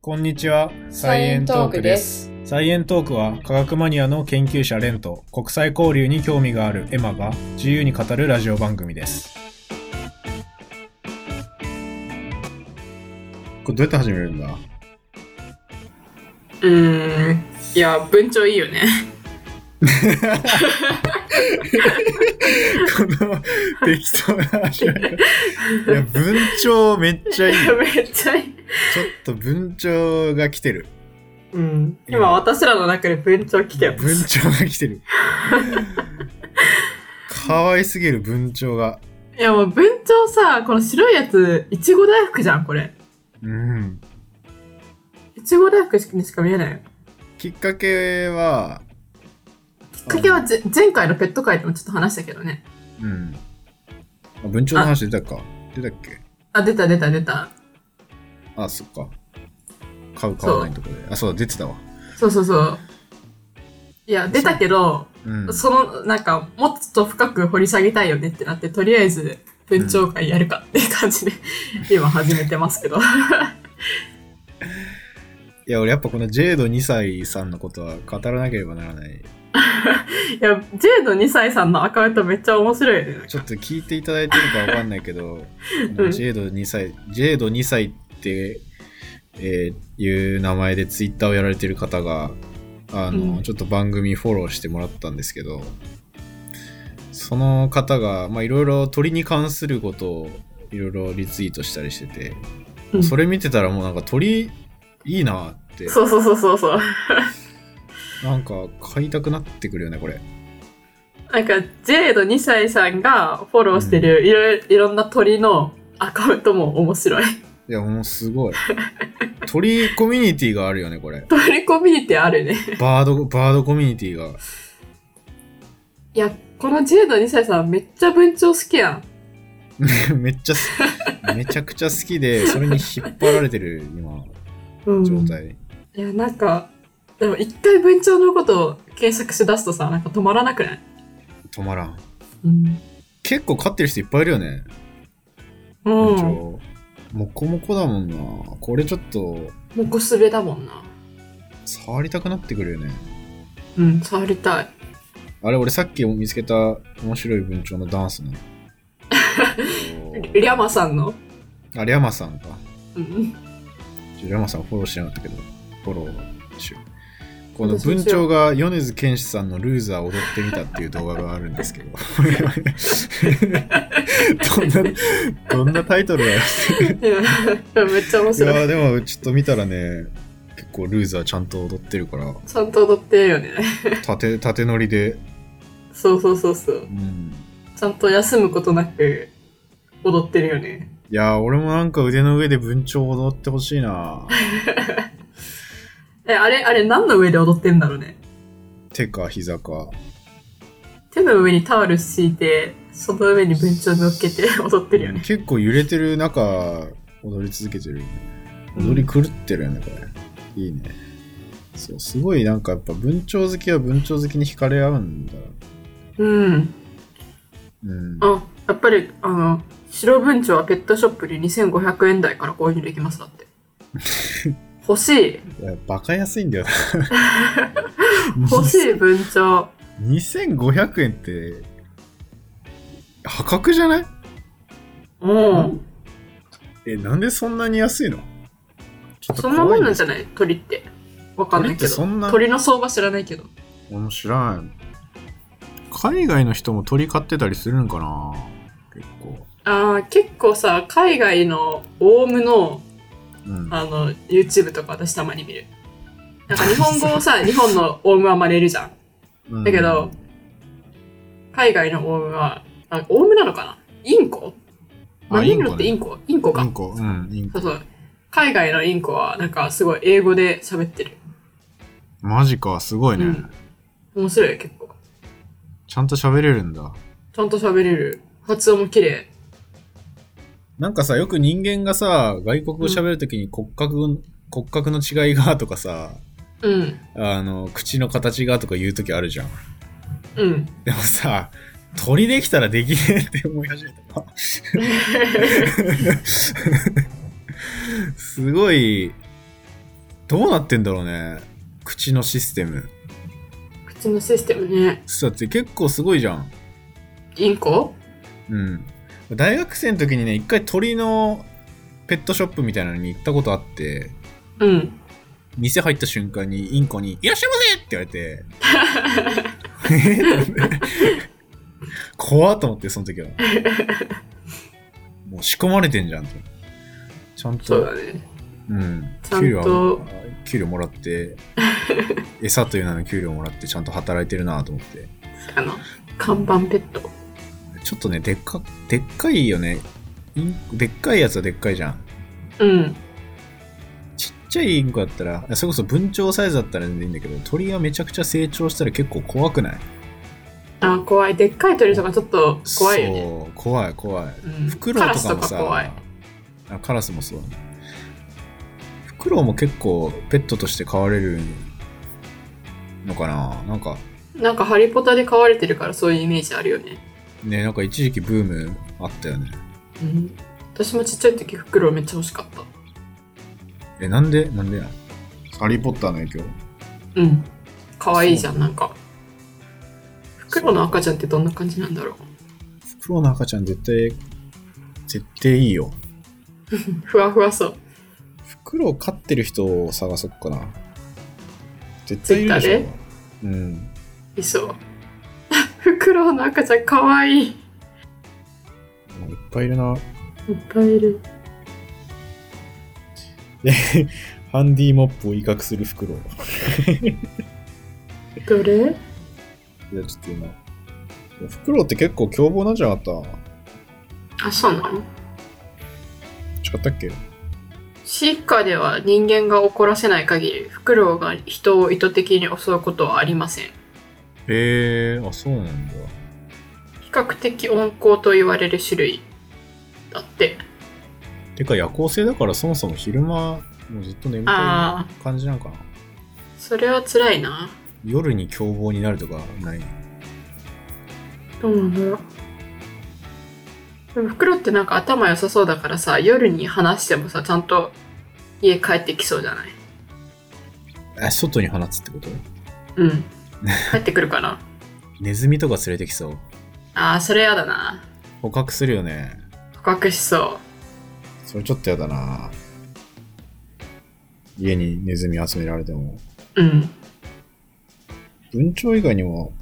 こんにちは、サイエントークです。す。サイエントークは科学マニアの研究者レンと国際交流に興味があるエマが自由に語るラジオ番組です。 これどうやって始めるんだうーん。いや、文鳥いいよね。この適当な話。いや、文鳥めっちゃいい。ちょっ めっちゃいい。と文鳥が来てる。うん。今、私らの中で文鳥来てま文す。鳥が来て る。可愛すぎる文鳥が。いや、もう文鳥さ、この白いやつ、いちご大福じゃん、これ。うん。いちご大福にしか見えないよ。きっかけは、きっかけはぜ、前回のペット会でもちょっと話したけどね。うん。あ文鳥の話出たか。出たっけあ、出た出た出た。あ、そっか。買う買わないとこで。あ、そうだ、出てたわ。そうそうそう。いや、出たけど、うん。その、なんか、もっと深く掘り下げたいよねってなって、とりあえず、文鳥会やるかっていう感じで、今始めてますけど。いや、俺やっぱこのジェード2歳さんのことは語らなければならない。いや、ジェイド2歳さんのアカウントめっちゃ面白いよね。ちょっと聞いていただいてるかわかんないけど、このジェード2歳、ジェード2歳って、えーいう名前でツイッターをやられてる方が、あの、うんちょっと番組フォローしてもらったんですけど、その方が、まあいろいろ鳥に関することをいろいろリツイートしたりしてて、うんそれ見てたらもうなんか鳥いいなって、そうそうそうそうそう。なんか買いたくなってくるよね、これ。なんか、ジェイド2歳さんがフォローしてるいろいろいろんな鳥のアカウントも面 白い。いや、もうすごい。鳥コミュニティがあるよね、これ。鳥コミュニティあるね。バード、バードコミュニティが。 いや、このジェイド2歳さんめっちゃ文鳥好きやん。めっちゃす、めちゃくちゃ好きで、それに引っ張られてる、今、うん。状態。いや、なんか、でも一回文鳥のことを検索しだすとさ、なんか止まらなくない止まらん。うん。結構飼ってる人いっぱいいるよね。も部う、長もこもこだもんな。これちょっと、もうこすべだもんな。触りたくなってくるよね。うん、触りたい。あれ、俺さっき見つけた面白い文鳥のダンス ね。リャマさんの。あ、リャマさんか。 うん。ちょリャマさんフォローしてなかったけど、フォローしよう。この文鳥が米津玄師さんのルーザーを踊ってみたっていう動画があるんですけど。どんな、どんなタイトル だよ。いやめっちゃい面や白い。ーでもちょっと見たらね、結構ルーザーちゃんと踊ってるから、ちゃんと踊ってるよね。縦、縦乗りで、そうそうそうそうう。ん。ちゃんと休むことなく踊ってるよね。いやー俺もなんか腕の上で文鳥踊ってほしい なえ、あれ、あれ何の上で踊ってんだろうね。手か膝か。手の上にタオル敷いて、その上に文鳥乗っけて 踊ってるよね。結構揺れてる中、踊り続けてるよね。踊り狂ってるよね、これ。いいね。そう、すごいなんかやっぱ文鳥好きは文鳥好きに惹かれ合うんだ。うん。うん。あ、やっぱり、あの、白文鳥はペットショップで2500円台から購入できます だって。欲しい。いやバカ安いんだよな。 欲しい文鳥。 2500円って、破格じゃないもえ、なんでそんなに安いのちょう、そんなもんなんじゃゃない鳥って。わかんないけ鳥ってそど。んな鳥の相場知らないけど。面白い。海外の人も鳥飼ってたりするんかな結構。あー結構さ海外のオウムのうん。あの YouTube とか私たまに見るなんか日本語を さ日本のオウムは真似るじゃんうんだけど、海外のオウムはあオウムなのかなインコあマニールってイインンコインココねか、インコ。うん、インそコう。そう海外のインコはなんかすごい英語で喋ってるマジか、すごいね。うん面白いよ結構ちゃんと喋れるんだ。ちゃんと喋れる発音も綺麗なんかさ、よく人間がさ、外国語喋るときに骨格、骨格の違いがとかさ、うんあの、口の形がとか言うときあるじゃん。うんでもさ、鳥できたらできねえって思い始め たな。すごい、どうなってんだろうね口のシステム口のシステムね。だって結構すごいじゃんインコうん大学生の時にね一回鳥のペットショップみたいなのに行ったことあってうん。店入った瞬間にインコに「いらっしゃいませ!」って言われてえっと思って 怖っと思ってその時はもう仕込まれてんじゃんとちゃんそうだと、ね。うん、ちゃんと給料は給料もらって餌という名の給料もらってちゃんと働いてるなと思ってあの、看板ペット。ちょっとねでっかでっかいよねインコでっかいやつはでっかいじゃんうん。ちっちゃいインコだったらそれこそ文鳥サイズだったら全然いいんだけど鳥がめちゃくちゃ成長したら結構怖くないあ、怖い。でっかい鳥とかちょっと怖いよね。そう怖い怖いうんフクロウとかカもラスとさか怖い。あカラスもそうだねフクロウも結構ペットとして飼われるのかななんかなんかハリポタで飼われてるからそういうイメージあるよね。ねなんか一時期ブームあったよねうん。私もちっちゃい時フクロウめっちゃ欲しかった。えなんでなんでやハリー・ポッターの影響うん。可愛いじゃん、そうなんか。フクロウの赤ちゃんってどんな感じなんだろう。フクロウの赤ちゃん絶対絶対いいよふわふわそう。フクロウ飼ってる人を探そっかな絶対いるでしツイょッタうんいそう。 フクロウの赤ちゃん可愛い。いいっぱいいるなっぱいいる。でハンディモップを威嚇するフクロウどれいや、ちょっと今。フクロウって結構凶暴なんじゃなかったあ、そうなの違ったっけ飼育下では人間が怒らせない限り、フクロウが人を意図的に襲うことはありません。へえー、あ、そうなんだ。比較的温厚と言われる種類だって。てか夜行性だからそもそも昼間もうずっと眠たああ、い感じなんかな。それは辛いな。夜に凶暴になるとかない。どうなんだろう。でもフクロウってなんか頭良さそうだからさ、夜に話してもさ、ちゃんと家帰ってきそうじゃないあ、外に放つってことうん。 帰ってくるかなネズミとか連れてきそう。ああ、それやだな。捕獲するよね。捕獲しそそれちょっとやだな。家にネズミ集められても。う。うん。文鳥以外にも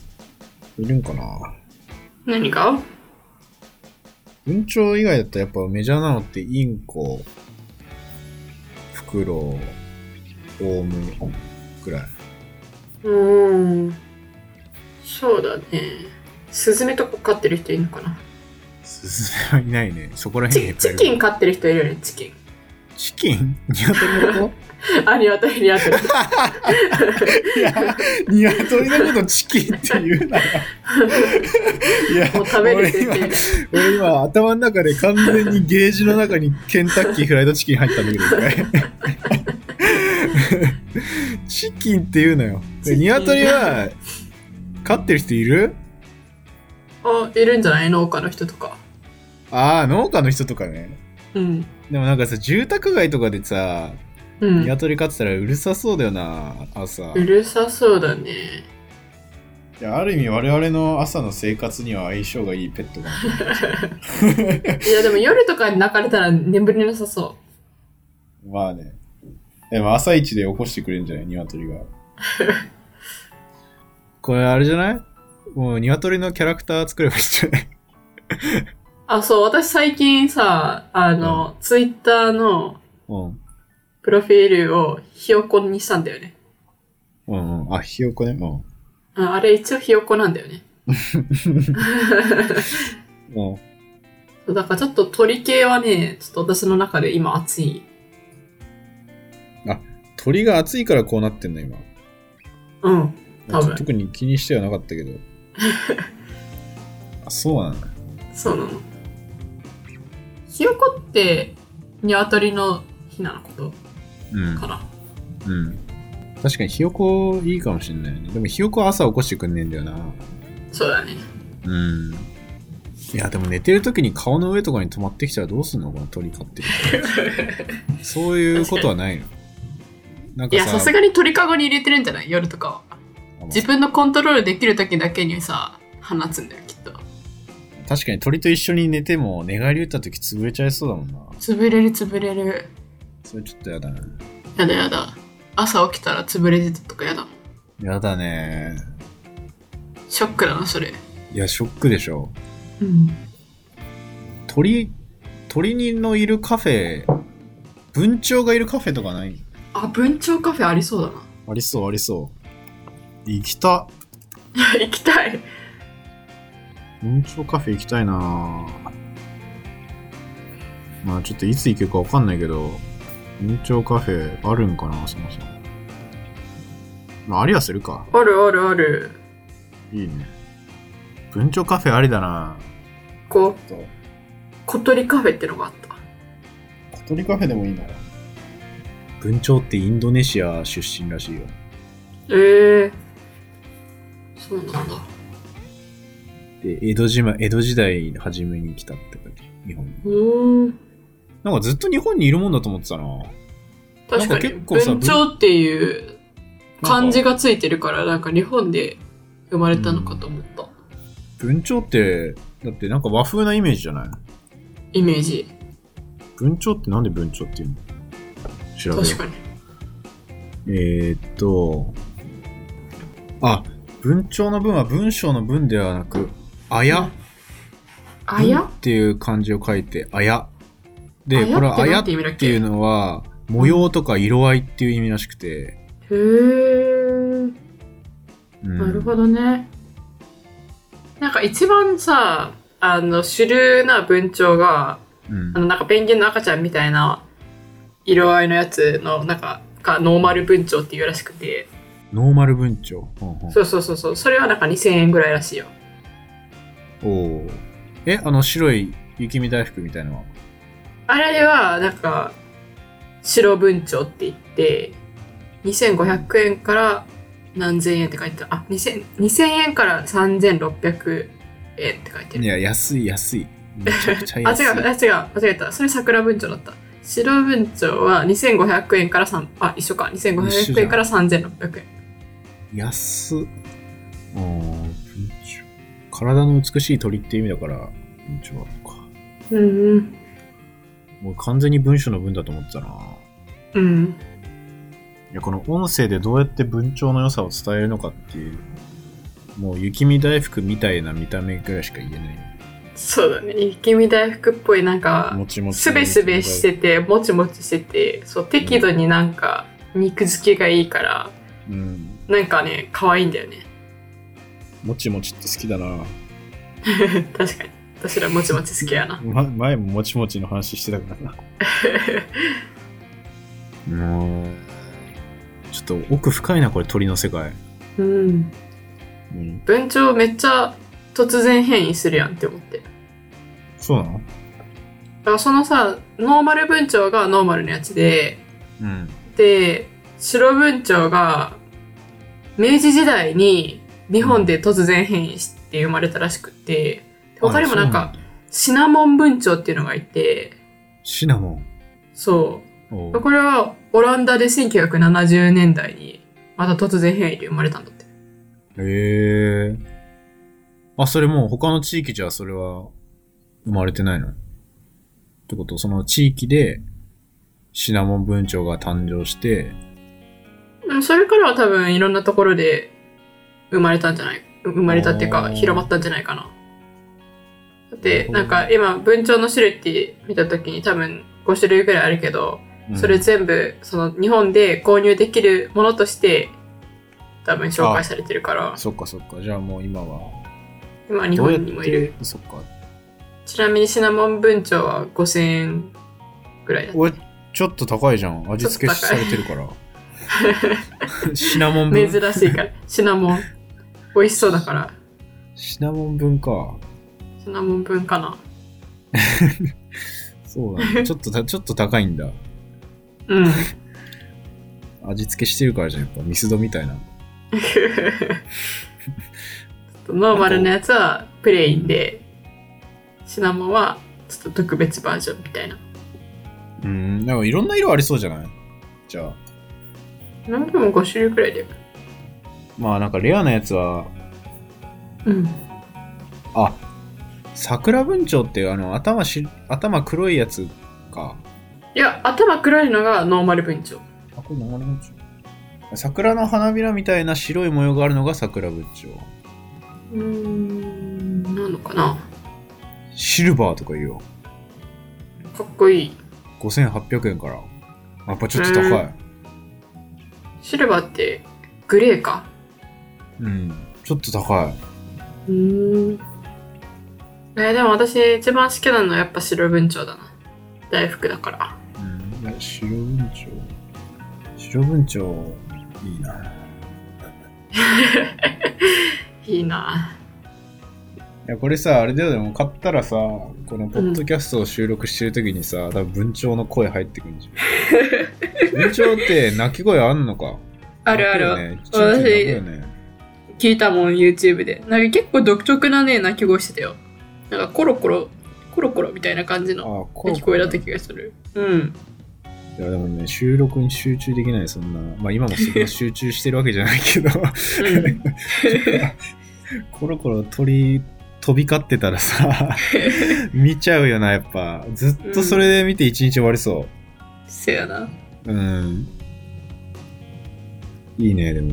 いるんかな。何が文鳥以外だったらやっぱメジャーなのってインコ、フクロウ、オウムくらい。うーん。そうだね。スズメとか飼ってる人いるのかなスズメはいないね。そこら辺にいチっぱいいチる。キン飼ってる人いるよね、チキン。 チキンニ ワトリのこありがとう、ありがとう。といや、ニワトリのことチキンって言うなよ。いや、 もう食べる俺前今提で。俺今頭の中で完全にゲージの中にケンタッキーフライドチキン入ったんだけど一回チキンって言うのよチキンニワトリは飼ってる人いるあ、いるんじゃない農家の人とか。ああ農家の人とかねうん。でもなんかさ住宅街とかでさうニワん。トリ飼ってたらうるさそうだよな朝うるさそうだね。いやある意味我々の朝の生活には相性がいいペットがいや、でも夜とかに泣かれたら眠れなさそ。まあねでも朝一で起こしてくれるんじゃないニワトリが これあれじゃないもうニワトリのキャラクター作ればいいんじゃないうあ、そう、私最近さ、あの、ツイッターのうんプロフィールをひよこにしたんだよね。うんうんあひよこねうああれ一応ひよこなんだよね。んうんそうだからちょっと鳥系はね、ちょっと私の中で今熱い。鳥が暑いからこうなってんの今うん。多分特に気にしてはなかったけ どあそうなんだそうなの。ひよこって、ニワトリの日なのこうんとかな。うん確かにひよこいいかもしんないねでもひよこは朝起こしてくんねえんだよなそうだね。うん。いや、でも寝てる時に顔の上とかに止ま ってきたらどうすんのこの鳥飼ってる人そういうことはないの。なんいかや、さすがに鳥かごに入れてるんじゃない夜とかは。あの自分のコントロールできる時だけにさ、放つんだよ、きっと。確かに鳥と一緒に寝ても寝返り打った時潰れちゃいそうだもんな潰れる潰れる。それちょっとやだねやだやだ。朝起きたら潰れてたとかやだもん。やだねショックだな、それ。いやショックでしょうん。鳥鳥人のいるカフェ文鳥がいるカフェとかないあ、文鳥カフェありそうだな。ありそうありそう行きた 行きたい。文鳥カフェ行きたいなまあちょっといつ行けるかわかんないけど文鳥カフェあるんかなそもそもまあありはするかあるあるある。いいね文鳥カフェありだなこう、小鳥カフェってのがあった。小鳥カフェでもいいな文鳥ってインドネシア出身らしいよええそうなんだ。で江戸時ま江戸時代初めに来たってだけ日本にうーん。なんかずっと日本にいるもんだと思ってたな確なかんかに。結構さ文鳥っていう漢字がついてるから、なんか日本で生まれたのかと思った。文鳥ってだってなんか和風なイメージじゃないイメージ。文鳥ってなんで文鳥っていうの調べよ確かに。うえー、っとあ文鳥の文は文章の文ではなく「あや」あや文っていう漢字を書いて「あや」あでやこれは「あってや」なっんて意味だっけていうのは模様とか色合いっていう意味らしくて、へえ。うんなるほどね。なんか一番さ、あの、主流な文鳥が、うんあの、なんかペンギンの赤ちゃんみたいな色合いのやつの、なんか、がノーマル文鳥っていうらしくて、ノーマル文鳥。ほんほんそうそうそうそう、それはなんか2000円ぐらいらしいよ。おーえ、あの白い雪見大福みたいなのは。あれは、なんか、白文鳥って言って、2500円から何千円って書いてた。あ、2000, 2000円から3600円って書いている。や、安い安い。めちゃくちゃあ、安い。違う、あ違う、間違えた。それ桜文鳥だった。白文鳥は2500円から3、あ、一緒か。一緒2500じゃん円から3600円。安っ。あー文鳥。体の美しい鳥っていう意味だから、文鳥はとか。うんうん。もう完全に文章の文だと思ってたな。うん。いや、この音声でどうやって文鳥の良さを伝えるのかっていう。もう雪見大福みたいな見た目ぐらいしか言えない。そうだね。雪見大福っぽい、なんか、もちもち。すべすべしてて、もちもちしてて、そう、適度になんか、肉付けがいいから、うん。なんかね、可愛いんだよね。 もちもちって好きだな。確かに。私らもちもち好きやな。ま、前ももちもちの話してたからな。 もう、ちょっと奥深いな、これ鳥の世界。うん。うん、文鳥めっちゃ突然変異するやんって思って。そうなのだからそのさ、ノーマル文鳥がノーマルのやつで、うん。で、白文鳥が明治時代に日本で突然変異して生まれたらしくって、他にもなんあかそうだシナモン文鳥っていうのがいて、シナモン。そおう。うこれはオランダで1970年代にまた突然変異で生まれたんだって。へえ。あ、それもう他の地域じゃそれは生まれてないのってことその地域でシナモン文鳥が誕生して、うんそれからは多分いろんなところで生まれたんじゃない生まれたっていうあかー広まったんじゃないかな。だってななるんほどか今文鳥の種類って見た時に多分5種類ぐらいあるけど、うんそれ全部その日本で購入できるものとして多分紹介されてるからそっかそっか。じゃあもう今は。今日本にもいどうやるって。そっか。ちなみにシナモン文鳥は5000円ぐらいだおいちょっと高いじゃん。味付けされてる から。シナモン分。珍しい からシナモン美味しそうだからシナモン分か。シナモン分かなそうだね。ちょっとた、ちょっと高いんだ。うん味付けしてるからじゃん。やっぱミスドみたいな。ちょっとノーマルのやつはプレインで、シナモンはちょっと特別バージョンみたいな。うん。なんかいろんな色ありそうじゃないじゃあ。なんでも5種類くらいで。まあなんかレアなやつは、うん。あ、桜文鳥っていうあの頭し、頭黒いやつか。いや、頭黒いのがノーマル文鳥。あ、これ流れ文鳥桜の花びらみたいな白い模様があるのが桜文鳥。うーん、なのかな。シルバーとか言うよ。かっこいい。 5800円から。やっぱちょっと高い。シルバーってグレーか。うん。ちょっと高い。うーん。えーでも私一番好きなのはやっぱ白文鳥だな。大福だから。うん。いや白文鳥。白文鳥、いいな。いいないやこれさあれだよでも買ったらさこのポッドキャストを収録してる時にさ、多分文鳥の声入ってくるんじゃん 文鳥って鳴き声あんのかあるある。鳴くよねちっちゃい時鳴くよね聞いたもん YouTube でなんか結構独特なね鳴き声してたよなんかコロコロコロコロみたいな感じあのこう鳴き声だった気がするうんいやでもね収録に集中できないそんなまあ今もそれは集中してるわけじゃない けど コロコロ鳥飛び交ってたら さ見ちゃうよなやっぱずっとそれで見て一日終わりそせやなううんいいねでも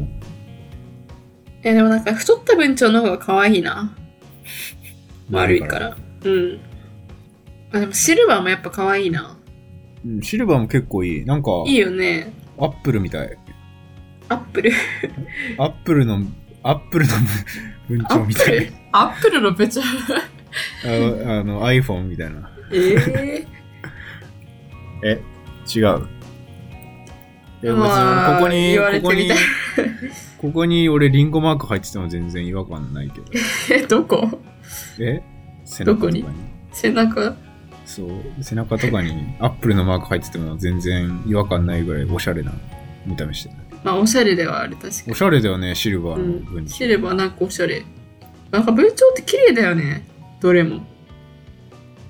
いやでもなんか太った文鳥の方が可愛いな丸いからうんあでもシルバーもやっぱ可愛いなうんシルバーも結構いい。なんか、いいよねアップルみたい。アップルアップルの、アップルの 文ア鳥みップたい。ルアップルの部長 あのあの iPhone みたいな。ええ、え違 う。いや、別にま俺あここに、言われここてみにたい、ここに俺リンゴマーク入ってても全然違和感ないけど。えどこえ背中とかにど背中そう、背中とかにアップルのマーク入ってても全然違和感ないぐらいおしゃれな見た目してる。まあおしゃれではある確かにおしゃれだよね、シルバーの文う鳥。ん、シルバーなんかおしゃれなんか文鳥って綺麗だよねどれも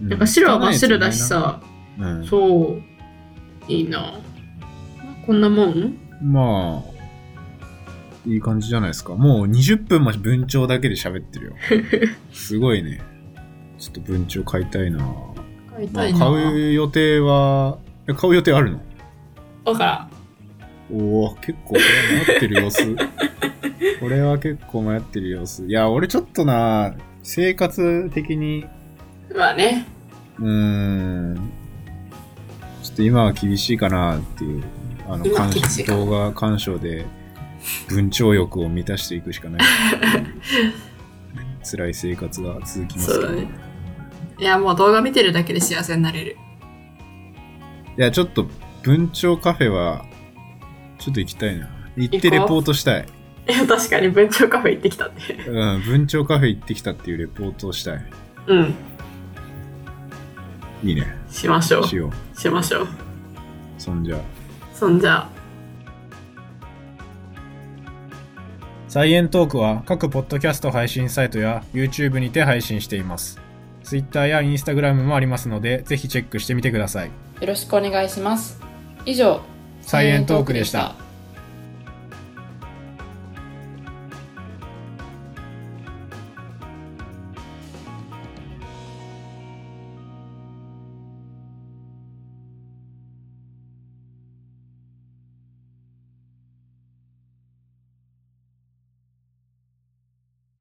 うんなんか白は真っ白だし。さ、うん、そういいなこんなもんまあ、いい感じじゃないですか。もう20分も文鳥だけで喋ってる よ。すごいね。ちょっと文鳥買いたいな。買いまたあ、いな、買う予定は、え買う予定あるのだからおお結構これは迷ってる様 子。これは結構迷ってる様子。いや、俺ちょっとな、生活的に、んまあねうーん、ちょっと今は厳しいかなっていう、あの、今鑑厳しいかな動画鑑賞で文鳥欲を満たしていくしか ない。辛い生活が続きますけそうど、だねいやもう動画見てるだけで幸せになれるいや、ちょっと文鳥カフェは、ちょっと行きたいな。行ってレポートしたい。いや 確かに文鳥カフェ行ってきたってうん、文鳥カフェ行ってきたっていうレポートをしたい。うんいいね。しましょうしよう。しましょうそんじゃ。そんじゃサイエントークは各ポッドキャスト配信サイトや YouTube にて配信しています。Twitter や Instagram もありますので、ぜひチェックしてみてください。よろしくお願いします以上サイエントークでした。